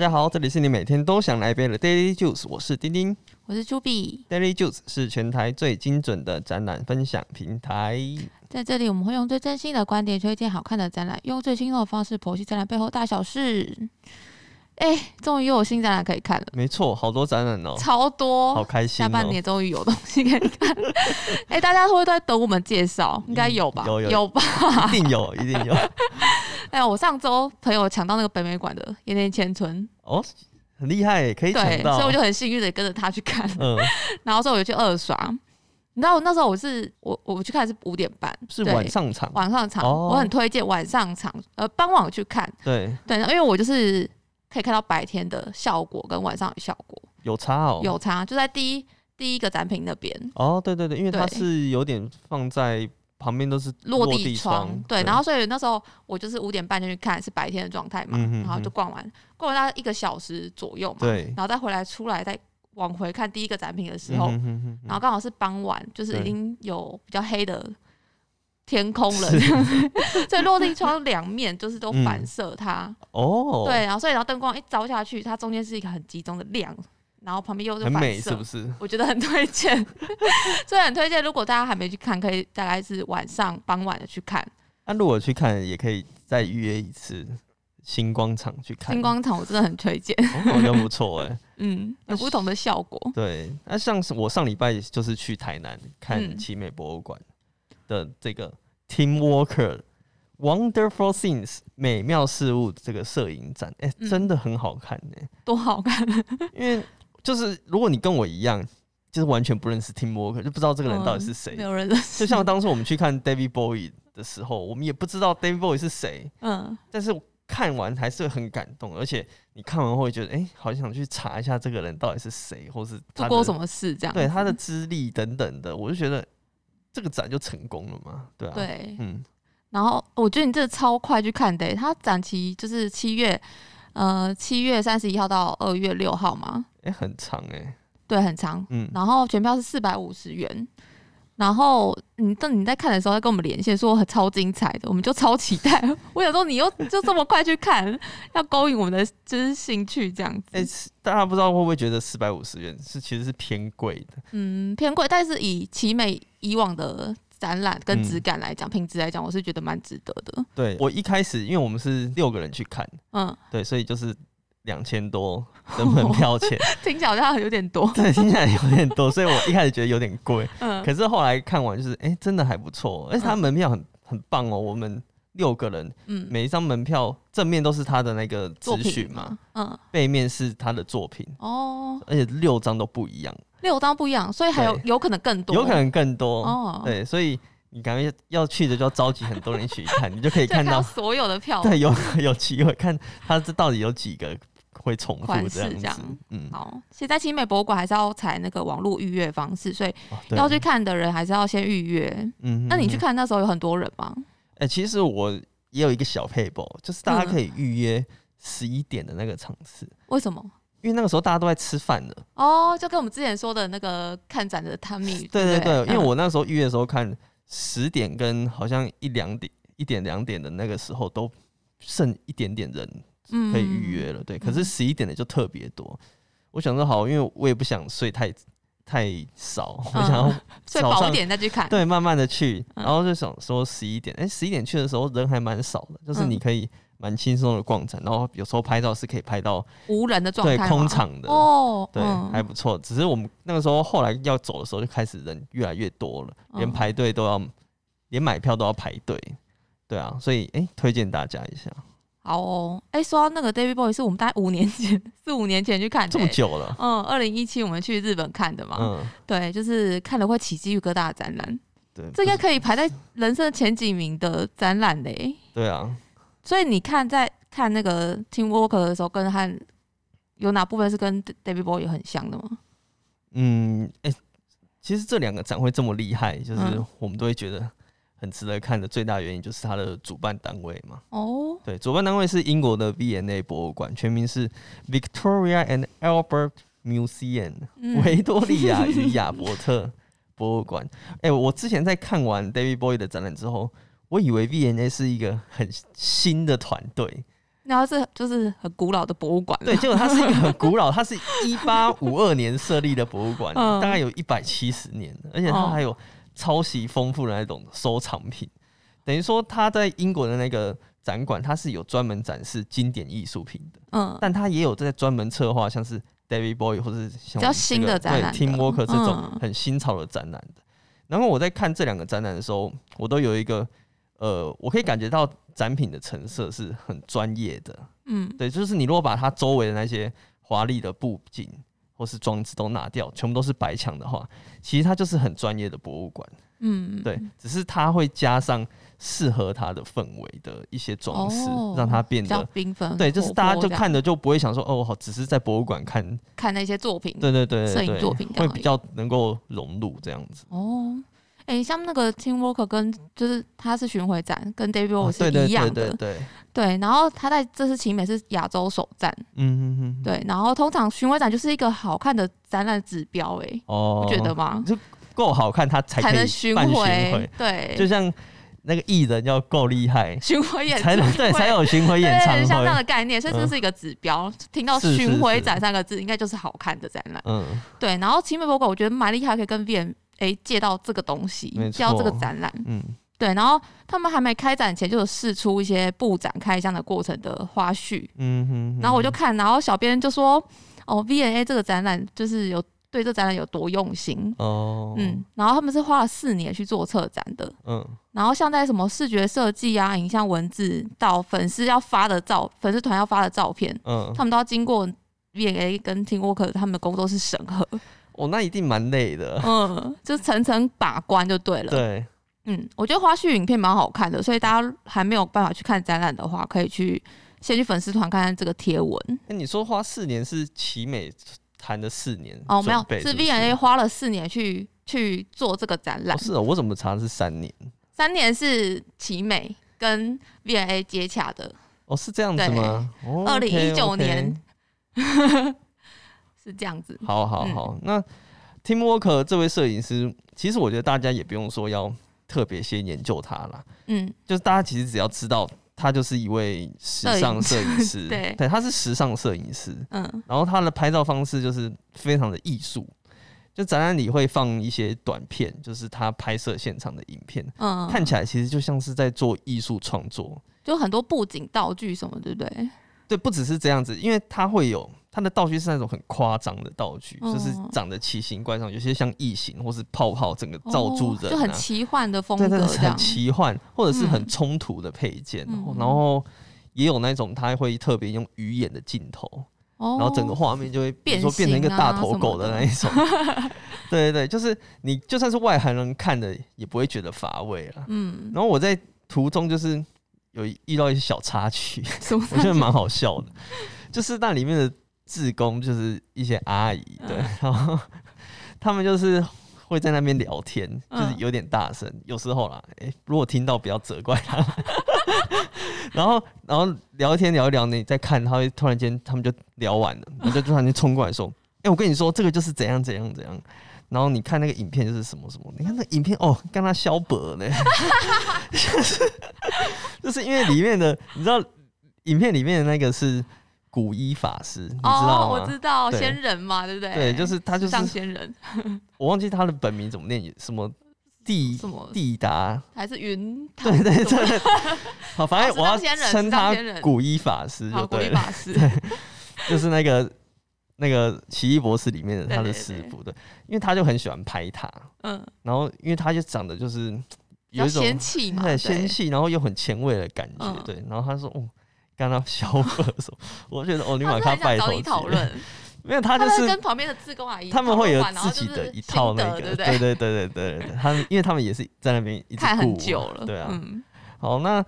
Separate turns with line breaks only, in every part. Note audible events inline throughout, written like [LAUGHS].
家好，这里是你每天都想来一杯的 Daily Juice，我是丁丁。
我是朱比，
Daily Juice 是全台最精准的展览分享平台。
在这里我们会用最真心的观点推荐好看的展览，用最轻松的方式剖析展览背后大小事。哎、终于又有新展览可以看了，
没错，好多展览哦、
超多！
好开心、哦。
下半年终于有东西可以看。哎、大家会不会都在等我们介绍？应该有吧？
嗯有有
吧？
一定有，一定有。
哎、我上周朋友抢到那个北美馆的岩田千春，
哦，很厉害耶，可以
对
抢，到。哦
所以我就很幸运的跟着他去看，
嗯，
然后之后我就去二刷。你知道我那时候我是我我去看是五点半，
是
对
晚上场。
晚上场，
哦
我很推荐晚上场，呃，傍晚我去看，
对，
对，因为我就是可以看到白天的效果跟晚上的效果
有差哦、
有差，就在第一第一个展品那边
哦，对对对，因为它
对
是有点放在旁边都是
落
地
地窗，对，然后所以那时候我就是五点半就去看是白天的状态嘛，
嗯哼
然后就
哼
逛完，逛完大概一个小时左右嘛，
对，
然后再回来出来再往回看第一个展品的时
嗯
候，
哼哼哼哼
然后刚好是傍晚，就是
对
已经有比较黑的天空了，
是
这样子 [LAUGHS] 所以落地窗两面就是都反
嗯
射它。
哦，
对，，然后所以然后灯光一照下去，它中间是一个很集中的亮，然后旁边又是
很
反
美
射，
是不是？
我觉得很推荐， [LAUGHS] 所以很推荐。如果大家还没去看，可以大概是晚上傍晚的去看
那、如果去看，也可以再预约一次星光场去看，
星光场，我真的很推荐。 [LAUGHS]
哦好像不错哎、
嗯，
那
有不同的效果。
对，那像是我上礼拜就是去台南看
嗯
奇美博物馆的这个 Tim Walker Wonderful Things 美妙事物这个摄影展，哎、
嗯
真的很好看哎、
多好看！
因为就是如果你跟我一样，就是完全不认识 Tim Walker，就不知道这个人到底是谁
嗯没。有人认
就
识。
像当初我们去看 David Bowie 的时候，我们也不知道 David Bowie 是谁，
嗯，
但是我看完还是很感动，而且你看完后会觉得，哎、好想去查一下这个人到底是谁，或是他的
做过什么事这样？
对他的啊资历等等的，我就觉得这个展就成功了嘛，对啊，，
对。
嗯，
然后我觉得你真的超快去看的欸、它展期就是七月，呃，七月三十一号到二月六号嘛，
哎、很长哎、
对，很长。
嗯，
然后全票是四百五十元。然后你当你在看的时候，再跟我们连线说很超精彩的，我们就超期待。 [LAUGHS] 我想说你又就这么快去看，要勾引我们的就是兴趣这样子。
哎、是大家不知道会不会觉得四百五十元是其实是偏贵的，
嗯，偏贵，但是以奇美以往的展览跟
嗯
质感来讲，品质来讲，我是觉得蛮值得的。
对我一开始因为我们是六个人去看，
嗯，
对，所以就是两千多
[LAUGHS]
的门票钱，
听起来好像有点
[LAUGHS]
多。
对，听起来有点多，所以我一开始觉得有点贵，
嗯
可是后来看完就是，哎、真的还不错，而且它
嗯
门票很很棒哦，我们六个人
嗯，
每一张门票正面都是他的那个
作
资
品
讯嘛，？
嗯，
背面是他的作品，
哦，
而且六张都不一样，
六张不一样，所以还有有可能更多，
有可能更多。
哦，，
对，所以你感觉要去的就要召集很多人一起去
[LAUGHS]
看，你就可以
就看
看到，
到所有的票。
[LAUGHS] 对，有有机会看他这到底有几个会重复
款式
这样
这
子
样。
嗯，
好，现在清美博物馆还是要采那个网络预约方式，所以
哦对
要去看的人还是要先预约。
嗯
那你去
嗯嗯
看那时候有很多人吗？
哎、其实我也有一个小配 e 就是大家
嗯
可以预约十一点的那个场次，
为什么？
因为那个时候大家都在吃饭了。
哦，就跟我们之前说的那个看展的探秘，
对对
对不
对，因为
嗯
我那时候预约的时候看十点跟好像一两点、一点两点的那个时候都剩一点点人可以预约了，对。可是
嗯
十一点的就特别多，我想说好，因为我也不想睡太太少，我想要
嗯 [LAUGHS] 所以
早
饱
上
一点再去看。
对慢慢的去，
嗯
然后就想说十一点，哎，十一点去的时候人还蛮少的，就是
嗯
你可以蛮轻松的逛展，然后有时候拍照是可以拍到
无人的状
对
态吗，
空场的。
哦，
对，
嗯
还不错。只是我们那个时候后来要走的时候，就开始人越来越多了，连
嗯
排队都要，连买票都要排队。对啊，所以哎、诶推荐大家一下。
好哦。哎、说到那个 David Bowie，是我们大概五年前、 [LAUGHS] 四五年前去看的、
这么久
[LAUGHS]
了，
嗯，二零一七我们去日本看的嘛，
嗯，
对，就是看了会起鸡皮疙瘩的展览，
对，
这应该
不
可以排在人生前几名的展览嘞。
是对啊，
所以你看，在看那个 Team Walker 的时候，跟和有哪部分是跟 David Bowie 很像的吗？
嗯，哎、其实这两个展会这么厉害，就是
嗯
我们都会觉得很值得看的最大原因就是它的主办单位嘛。
哦，
对，主办单位是英国的 V&A 博物馆，全名是 Victoria and Albert Museum。维
嗯
多利亚与亚伯特 [LAUGHS] 博物馆。哎、我之前在看完 David Bowie 的展览之后，我以为 V&A 是一个很新的团队，
然后是就是很古老的博物馆，
对，结果它是一个很古老，它是一八五二年设立的博物馆，
嗯
大概有一百七十年，而且它还有抄袭丰富的那种收藏品，等于说它在英国的那个展馆，它是有专门展示经典艺术品的，
嗯，
但它也有在专门策划像是 David Bowie 或是像
比较新的展览的
对 Tim Walker 这种
嗯
很新潮的展览的。然后我在看这两个展览的时候，我都有一个呃，我可以感觉到展品的成色是很专业的，
嗯，
对，就是你如果把它周围的那些华丽的布景或是装置都拿掉，全部都是白墙的话，其实它就是很专业的博物馆。
嗯，
对，只是它会加上适合它的氛围的一些装饰，
哦
让它变
比较
得。
缤纷，
对，就是
活
大家
泼
就
这样
看着就不会想说哦，好，只是在博物馆看，
看那些作品，
对对对
摄
对
影
对，
作品
会
干嘛
比较能够融入这样子。
哦，哎、像那个 Tim Walker 跟就是他是巡回展，跟 David Bowie
哦
是
对对
一样
对
的，
对对，
对然后他在这次奇美是亚洲首站，
嗯嗯嗯，
对，然后通常巡回展就是一个好看的展览指标、哎、
哦，
不觉得吗？
够好看，它才可
才
以
能
办
巡
回，
回，对，
就像那个艺人要够厉害，
巡回演出
才能对才有巡回
对
演唱
像这样
会。
的概念，所以这
嗯
是一个指标。听到“
是是
巡回
是
展”三个字，应该就是好看的展览。
嗯，
对，然后奇美博物馆我觉得蛮厉害，可以跟 VMA 借到这个东西
没，
借到这个
错
展览。
嗯，
对，然后他们还没开展前就有试出一些布展开箱的过程的花絮，
嗯哼，
然后我就看，然后小编就说：“哦，V N A 这个展览就是有对这展览有多用心。”
哦，
嗯，然后他们是花了四年去做策展的，
嗯
然后像在什么视觉设计啊、影像文字到粉丝要发的照、粉丝团要发的照片，
嗯，
他们都要经过 V N A 跟 Team Worker 他们的工作室审
[LAUGHS]
核，
哦，那一定蛮累的，
嗯，就层层把关就对了。
对，
嗯，我觉得花絮影片蛮好看的，所以大家还没有办法去看展览的话，可以去先去粉丝团看看这个贴文。
那你说花四年是奇美谈的四年
哦，没有
准备，
是
不
V N A 花了四年去去做这个展览
哦，是哦，我怎么查是三年？
三年是奇美跟 V N A 接洽的，
哦，是这样子吗？哦
2019
OK，OK
年是这样子。
好好好，
嗯
那 Tim Walker 这位摄影师，其实我觉得大家也不用说要特别先研究他啦，
嗯，
就是大家其实只要知道他就是一位时尚摄影师，
[LAUGHS] 对
他是时尚摄影师，
嗯，
然后他的拍照方式就是非常的艺术，就展览里会放一些短片，就是他拍摄现场的影片，
嗯，
看起来其实就像是在做艺术创作。
就很多布景道具什么，对不对？
对，不只是这样子，因为他会有他的道具是那种很夸张的道具，
嗯
就是长得奇形怪状，有些像异形或是泡泡，整个罩住人、啊
哦就很奇幻的风
对，
格
真的
这
是很
样。
奇幻，或者是很
嗯
冲突的配件，哦
嗯
然后也有那种他会特别用鱼眼的镜头，
哦
然后整个画面就会比如说变
变
成一个
形啊
大头狗的那一
[LAUGHS]
种。对对对，就是你就算是外行人看的也不会觉得乏味了。
嗯，
[LAUGHS] 然后我在途中就是有遇到一些小插曲，
什么
我觉得蛮好笑的，就是那里面的志工就是一些阿姨，对，然后他们就是会在那边聊天，就是
嗯
有点大声，有时候啦，诶，如果听到不要责怪他 [LAUGHS] 们。然后，然后聊天聊一聊，你再看，他会突然间他们就聊完了，然后就突然间冲过来说：“哎、我跟你说，这个就是怎样怎样怎样。”然后你看那个影片就是什么什么，你看那影片哦，跟他消薄呢， [LAUGHS] 就是因为里面的你知道，影片里面的那个是古一法师，你知道
哦，
吗？
我知道
对
仙人嘛，对不对？
对，就是他就是
上仙人，
我忘记他的本名怎么念，什么地
什么
地达，
还是云塔？
对对对对，
[LAUGHS]
好，反正我要
哦是当仙人
称
是当
他
仙人
古一法师
好，
就
古
对
力
了，
法师。
就是那个那个奇异博士里面的
对
他的
对
师
对
傅，对，因为他就很喜欢拍他，
嗯，
然后因为他就长得就是
比
有
较
一种
仙气嘛，
很
啊对
纤细，然后又很前卫的感觉，
嗯
对，然后他说哦。刚刚
[LAUGHS]
小粉什么，我觉得哦，你把他
他们很
拜
想
头
找你讨论，
没有，他就
们
是
跟旁边的志工阿姨
他们会有
讨论完
自己的一套那个，
然后就是心
对？
得对不
对对对对对，他们因为他们也是在那边一直
看
顾
很
我
久了，
对啊。
嗯
好，那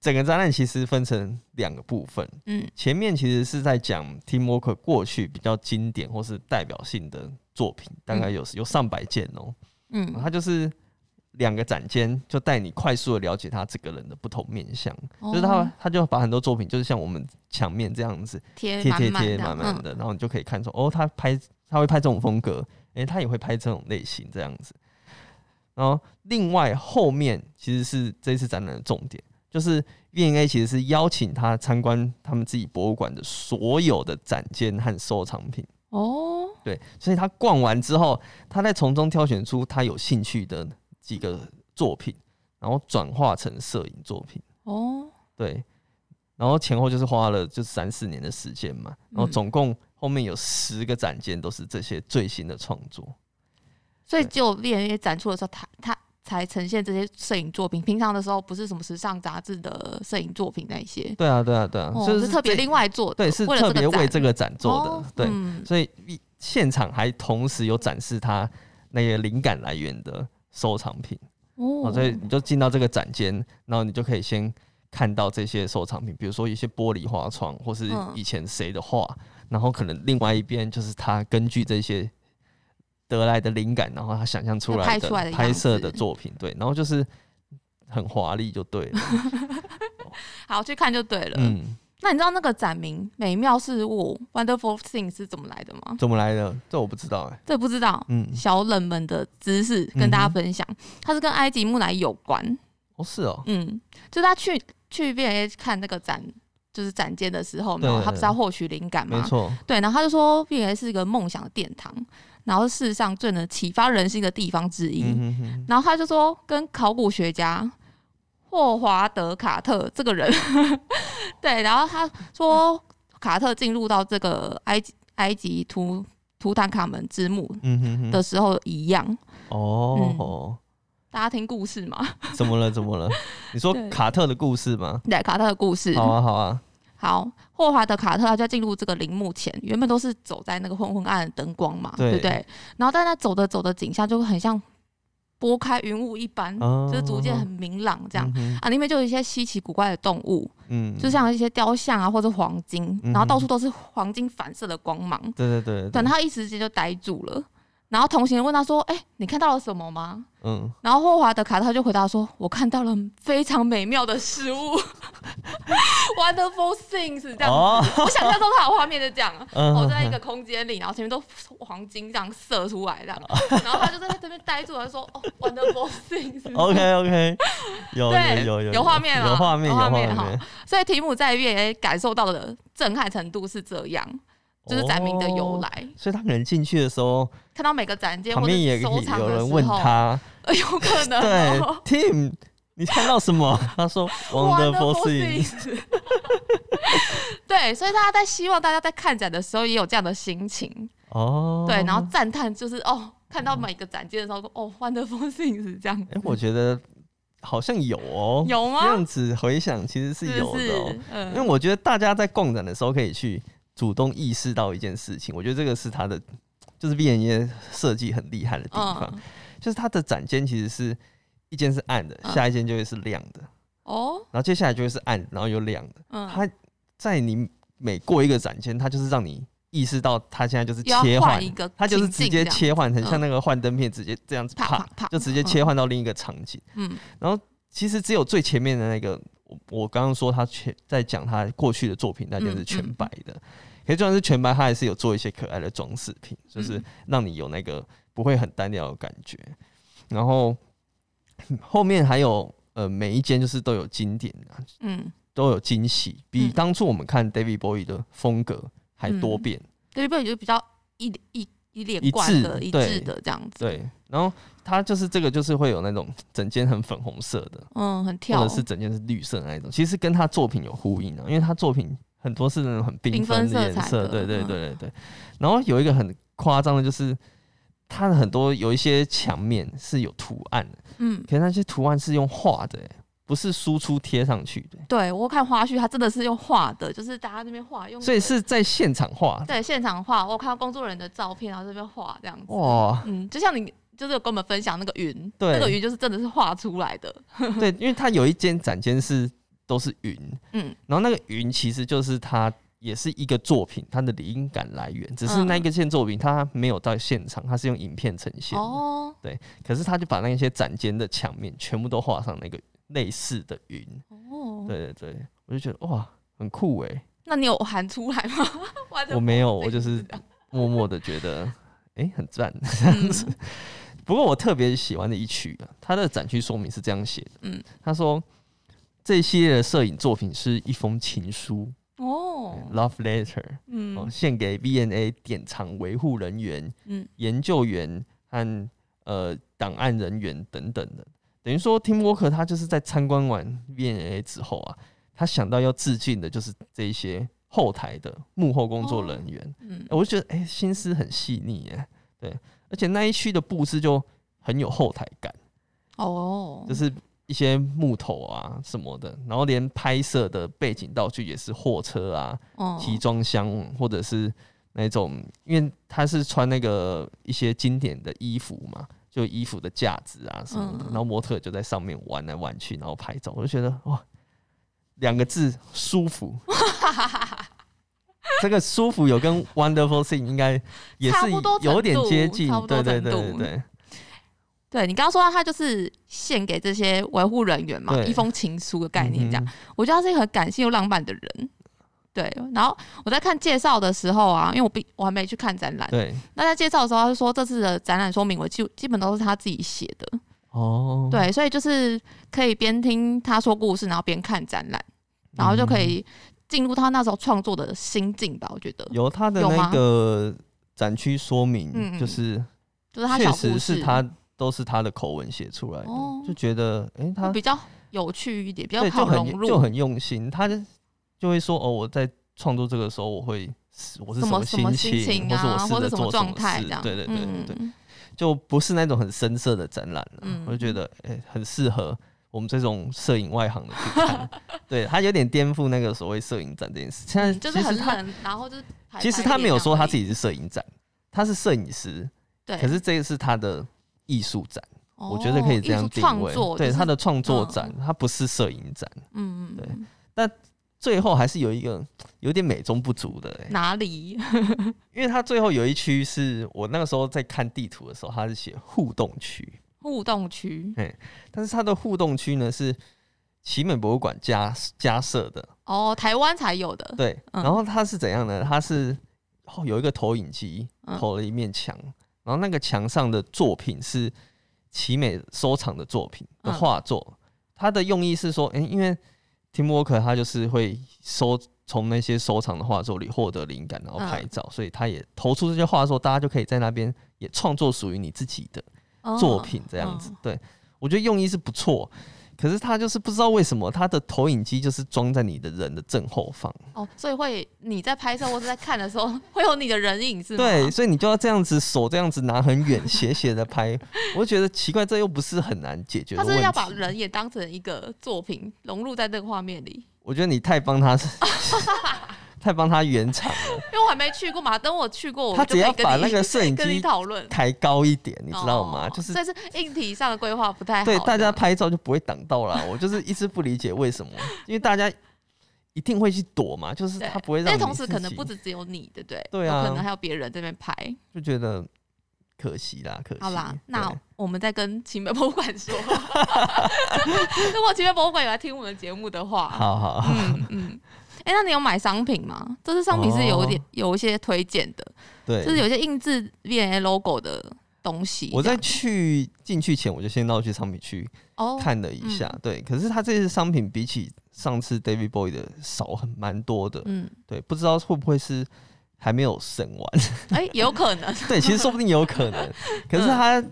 整个展览其实分成两个部分，
嗯
前面其实是在讲 Tim Walker 过去比较经典或是代表性的作品，大概有、有上百件哦、
嗯，
他就是两个展间就带你快速的了解他这个人的不同面相，就是
哦
他他就把很多作品就是像我们墙面这样子
贴
贴
满
贴
满
贴
的
满
嗯
满的，然后你就可以看出哦，他拍他会拍这种风格，诶、他也会拍这种类型这样子。然后另外后面其实是这次展览的重点，就是 V&A 其实是邀请他参观他们自己博物馆的所有的展件和收藏品。
哦，
对，所以他逛完之后，他再从中挑选出他有兴趣的几个作品，然后转化成摄影作品。
哦，
对，然后前后就是花了就三四年的时间嘛，然后
嗯
总共后面有十个展件都是这些最新的创作。
所以只有 V&A 展出的时候，他他才呈现这些摄影作品。平常的时候不是什么时尚杂志的摄影作品那一些，
对啊，对啊，对啊，
哦，
所以
是特别另外做的，
对是
为了
特别为这
个
个展
展
做的，
哦
对，
嗯
所以一现场还同时有展示他那个灵感来源的收藏品。哦，
哦
所以你就进到这个展间，然后你就可以先看到这些收藏品，比如说一些玻璃画窗，或是
嗯
以前谁的画，然后可能另外一边就是他根据这些得来的灵感，然后他想象出
就
来
拍出来
的
的
拍
样
摄
子
的作品，对，然后就是很华丽就对
[LAUGHS]
了，
好去看就对了。
嗯，
那你知道那个展名“美妙事物 ”（Wonderful Thing） 是怎么来的吗？
怎么来的？这我不知道哎、
这不知道。
嗯，
小冷门的知识跟大家分享，它是跟埃及木乃伊有关。
哦是哦，
嗯，就是他去去 V&A 看那个展，就是展间的时候，
对
然后他不是要获取灵感
没
吗？
错，
对，然后他就说 V&A 是一个梦想的殿堂，然后是世上最能启发人心的地方之一。
嗯哼哼，
然后他就说，跟考古学家霍华德·卡特这个人， [LAUGHS] 对，然后他说卡特进入到这个埃及埃及图图坦卡门之墓
嗯哼哼，
的时候一样。
哦，
大家听故事嘛，
怎么了？怎么了？你说
嗯对
卡特的故事吗？
[LAUGHS] 对，卡特的故事。
好啊，好啊，
好，霍华德卡特他在进入这个陵墓前，原本都是走在那个昏昏暗暗的灯光嘛，
对
对不对？然后但他走着走着，景象就很像拨开云雾一般，
啊
嗯就是逐渐很明朗这样。
嗯哼
啊，里面就有一些稀奇古怪的动物，
嗯，
就像一些雕像啊，或者黄金，
嗯
然后到处都是黄金反射的光芒。
对对对，
等他一时间就呆住了，然后同行人问他说：“哎、你看到了什么吗
嗯，？”
然后霍华德卡特就回答说：“我看到了非常美妙的事物 [LAUGHS] ，wonderful things。”这样子 [LAUGHS]
哦，
我想象中它有画面就这样，
嗯
我在
[LAUGHS]
一个空间里，然后前面都黄金这样射出来这样，
哦
然后他就在这边呆住，他就
[LAUGHS]
说：“哦，wonderful things。”
OK OK，有有
对
有有
有画面
有
了
画面
有
有画
画
面
面哈，所以提姆在越野感受到的震撼程度是这样，就是展名的由来。
哦。所以他可能进去的时候，
看到每个展间
旁
或者
边也
是
可
收
以
藏
有
的
人
时
问
候， [LAUGHS]
他，
呃有可能
对
哦
Tim，你看到什
[LAUGHS]
么？他说 Wonderful things。
things [LAUGHS] 对，所以大家在希望大家在看展的时候也有这样的心情，
哦，
对，然后赞叹就是哦，看到每个展间的时候，哦，wonderful things 这样子
哎，我觉得好像有哦，
有
这样
吗？
子回想其实是
是
有
不
的哦
是，？
因
嗯
为我觉得大家在逛展的时候可以去主动意识到一件事情，我觉得这个是他的，就是 B N 业设计很厉害的地方。
嗯，
就是它的展间其实是一间是暗的，
嗯
下一间就会是亮的，
哦，
然后接下来就会是暗，然后又亮的。
嗯，
它在你每过一个展间，它就是让你意识到它现在就是
又要
切换
换一个
它就是
情
直
境
接
这样
切换，很
嗯
像那个幻灯片，直接这样子
啪
啪
啪啪
就直接
嗯
切换到另一个场景。
嗯
其实只有最前面的那个，我我刚刚说他全在讲他过去的作品，那件是全白的。
嗯
可是就算是全白，它还是有做一些可爱的装饰品，就是
嗯
让你有那个不会很单调的感觉。然后嗯后面还有呃，每一间就是都有经典啊，
嗯，
都有惊喜，比
嗯
当初我们看 David Bowie 的风格还多
嗯
变。
对，不然就比较一一一
一
连贯
致
的一
对
致的这样子，，
对，然后它就是这个就是会有那种整间很粉红色的，
嗯，很
或
跳
者，是整件是绿色的那一种，其实跟他作品有呼应啊，因为他作品很多是那种很缤
缤
纷
纷
的颜
色彩
色，
的
对对对
嗯
对对。然后有一个很夸张的，就是它的很多有一些墙面是有图案的，
嗯，
可是那些图案是用画的、欸，不是输出贴上去的、
对我看花絮，他真的是用画的，就是大家那边画，用
所以是在现场画的。
对现场画，我看到工作人员的照片，然后这边画这样子，
哇，
嗯，就像你就是有跟我们分享那个云，
对
那个云就是真的是画出来的，
对，因为它有一间展间是都是云，
嗯
然后那个云其实就是它也是一个作品，它的灵感来源，只是
嗯
那个件作品它没有到现场，它是用影片呈现的。
哦，
可是他就把那些展间的墙面全部都画上那个类似的云。
哦，
对对对，我就觉得哇，很酷哎！
那你有喊出来吗？ [LAUGHS] 完全
我没有，
不
我
会
就是默默的觉得，哎、很赞。 [LAUGHS]
嗯
不过我特别喜欢的一曲啊，它的展区说明是这样写的，嗯
嗯，
他说。这一系列的摄影作品是一封情书 [LAUGHS]
哦，
（love letter），、哦，
嗯
献给 V&A 典藏维护人员、
嗯
研究员和呃档案人员等等的。等于说，Tim Walker 他就是在参观完 V&A 之后啊，他想到要致敬的就是这一些后台的幕后工作人员。
嗯，
我就觉得，哎、心思很细腻耶。对，而且那一区的布置就很有后台感，
哦，
就是一些木头啊什么的，然后连拍摄的背景道具也是货车啊、
哦
集装箱，或者是那种，因为他是穿那个一些经典的衣服嘛。就衣服的架子啊什么的，
嗯
然后模特就在上面玩来玩去，然后拍照，我就觉得哇，两个字舒
[LAUGHS]
服。这个舒服有跟 wonderful thing 应该也
差
是
不多程度
有点接近
差不，
对
多
对
程度
对
嗯
对对
对你刚刚说到，他就是献给这些维护人员嘛，
对
一封情书的
嗯
概念这样。我觉得他是一个很感性又浪漫的人。对，然后我在看介绍的时候啊，因为我并我还没去看展览
嗯，对
那在介绍的时候，他就说这次的展览说明文基基本都是他自己写的，
哦，
对，所以就是可以边听他说故事，然后边看展览，然后就可
嗯
以进入他那时候创作的心境吧。我觉得
嗯有他的
有
那
吗
个展区说
嗯
明，
嗯
就是
就是他
确
小故
实
事
是他都是他的口吻写出来的
哦，
就觉得哎他
比较有趣一点，比较
对就
好融
很就
入。
很用心，他就就会说哦我在创作这个时候我会是我是
什么什么
心
心
或
情啊，
是我
或
试着
者什
做
状态
事
这样，
对对对对对，
嗯
就不是那种很深色的展览了、
嗯
我就觉得哎、诶很适合我们这种摄影外行的去看。 [LAUGHS] 对他有点颠覆那个所谓摄影展这件事。现在、
嗯就是
其
很
实他
冷，然后就是排
其实他没有说他自
己
己是摄影展，他是摄影师，
啊对，
可是这个是他的艺术展、
哦
我觉得可以这样
艺术
定
创
位。
作
对、
就是嗯
他的创作展，他不是摄影展，
嗯嗯
对
嗯
最后还是有一个有点美中不足的、欸，
哪里
因为他最后有一区是我那个时候在看地图的时候，他是写互动区。
互动区
但是它的互动区呢是奇美博物馆加加设的，
哦，台湾才有的，
对。
嗯
然后它是怎样呢？它是哦有一个投影机
嗯
投了一面墙，然后那个墙上的作品是奇美收藏的作品的
嗯
画作。它的用意是说，诶，因为 Tim Walker 他就是会收从那些收藏的画作里获得灵感，然
嗯
后拍照，所以他也投出这些画作，大家就可以在那边也创作属于你自己的。
哦
作品这样子。对我觉得用意是不错，可是他就是不知道为什么他的投影机就是装在你的人的正后方，
哦，所以会你在拍摄或者在看的时候 [LAUGHS] 会有你的人影是吗？
对，，所以你就要这样子手这样子拿很远斜斜的拍，我就觉得奇怪，这又不是很难解决
他
的
是要把
问题。
人也当成一个作品融入在这个画面里，
我觉得你太帮他， [LAUGHS] 太帮他圆场了，
因为我还没去过嘛，等我去过，我
他只
就可以
要
跟
把
你 [LAUGHS]
那个摄影
跟你
机
讨论，
抬高一点，你知道吗？
哦
就是
这是硬体上的规划不太好，
对，大家拍照就不会挡到啦。我就是一直不理解为什么，因为大家一定会去躲嘛，就是
对
他不会让
但
你
同时
自
可能
己
不止只有你，对不对？
对
有
啊
可能还有别人这边拍。
就觉得可惜啦，可惜。
好啦
对，
那我们再跟奇美博物馆说， [LAUGHS] 如果奇美博物馆有来听我们节目的话，
好好好，
嗯嗯。哎、那你有买商品吗？这次商品是有点、有一些推荐的，
哦对，
就是有一些印制 V N A logo 的东西这样。
我在去进去前，我就先绕去商品区
哦，
看了一下。对，可是它这次商品比起上次 David Boy 的少很蛮多的。
嗯，
对，不知道会不会是还没有审完？ [LAUGHS]
哎、有可能
对，其实说不定有可
[LAUGHS] 嗯
能。可是它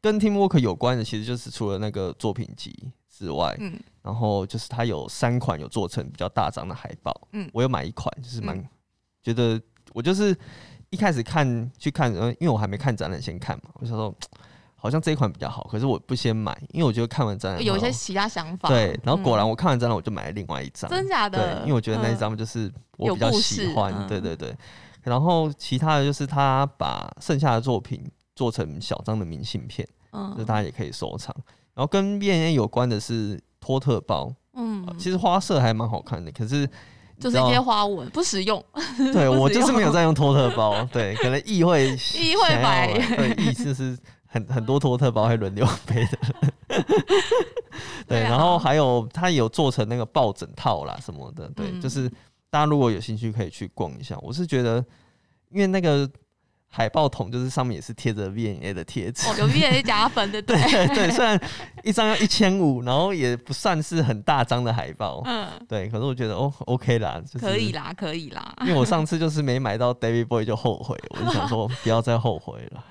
跟 Team Work 有关的，其实就是除了那个作品集之外，
嗯
然后就是它有三款有做成比较大张的海报，
嗯
我有买一款，就是蛮、
嗯
觉得我就是一开始看去看，呃，因为我还没看展览，先看嘛，我想说好像这一款比较好，可是我不先买，因为我觉得看完展览
有一些
[LAUGHS] 然后
其他想法。嗯
对，然后果然我看完展览我就买了另外一张，
真假
对
的，，
因为我觉得那一
嗯
张就是我
有
比较
故
喜
事
欢，
嗯
对对对。然后其他的就是他把剩下的作品做成小张的明信片，
嗯
就大家也可以收藏。然后跟 B&A 有关的是托特包，
嗯
呃其实花色还蛮好看的，可是你
就
知
是一些
道，
花纹，不
[LAUGHS]
实用。哦
对我
实
就是没有
用
在用托特包，对，可能议
[LAUGHS]
会
议会
想要
买
买对，议就是很很多托特包会轮流背的。 [LAUGHS] 对，
对啊
然后还有他有做成那个抱枕套啦什么的，对，
嗯
就是大家如果有兴趣可以去逛一下。我是觉得，因为那个海报筒就是上面也是贴着 V&A 的贴纸。
哦，有 V A 加分的，对，
[LAUGHS] 对对，虽然一张要一千五，然后也不算是很大张的海报，
嗯，
对，可是我觉得哦，OK 啦，就是、
可以啦，可以 [LAUGHS] 啦。
因为我上次就是没买到 David Boy 就后悔，我就想说不要再后悔了。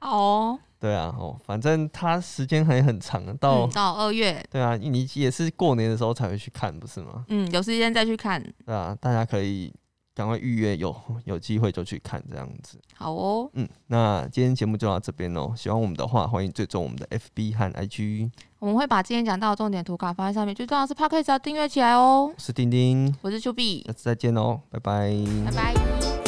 好哦，
对啊，哦，反正它时间还很长，到、
嗯，到二月，
对啊，你也是过年的时候才会去看，不是吗？
嗯，有时间再去看。
对啊，大家可以赶快预约，有有机会就去看这样子。
好哦，
嗯，那今天节目就到这边喽。喜欢我们的话，欢迎追踪我们的 FB 和 IG。
我们会把今天讲到的重点图卡放在上面，最重要的是 p o d c a s 要订阅起来哦。
我是丁丁，
我是丘比
下，次再见喽，拜拜
拜拜。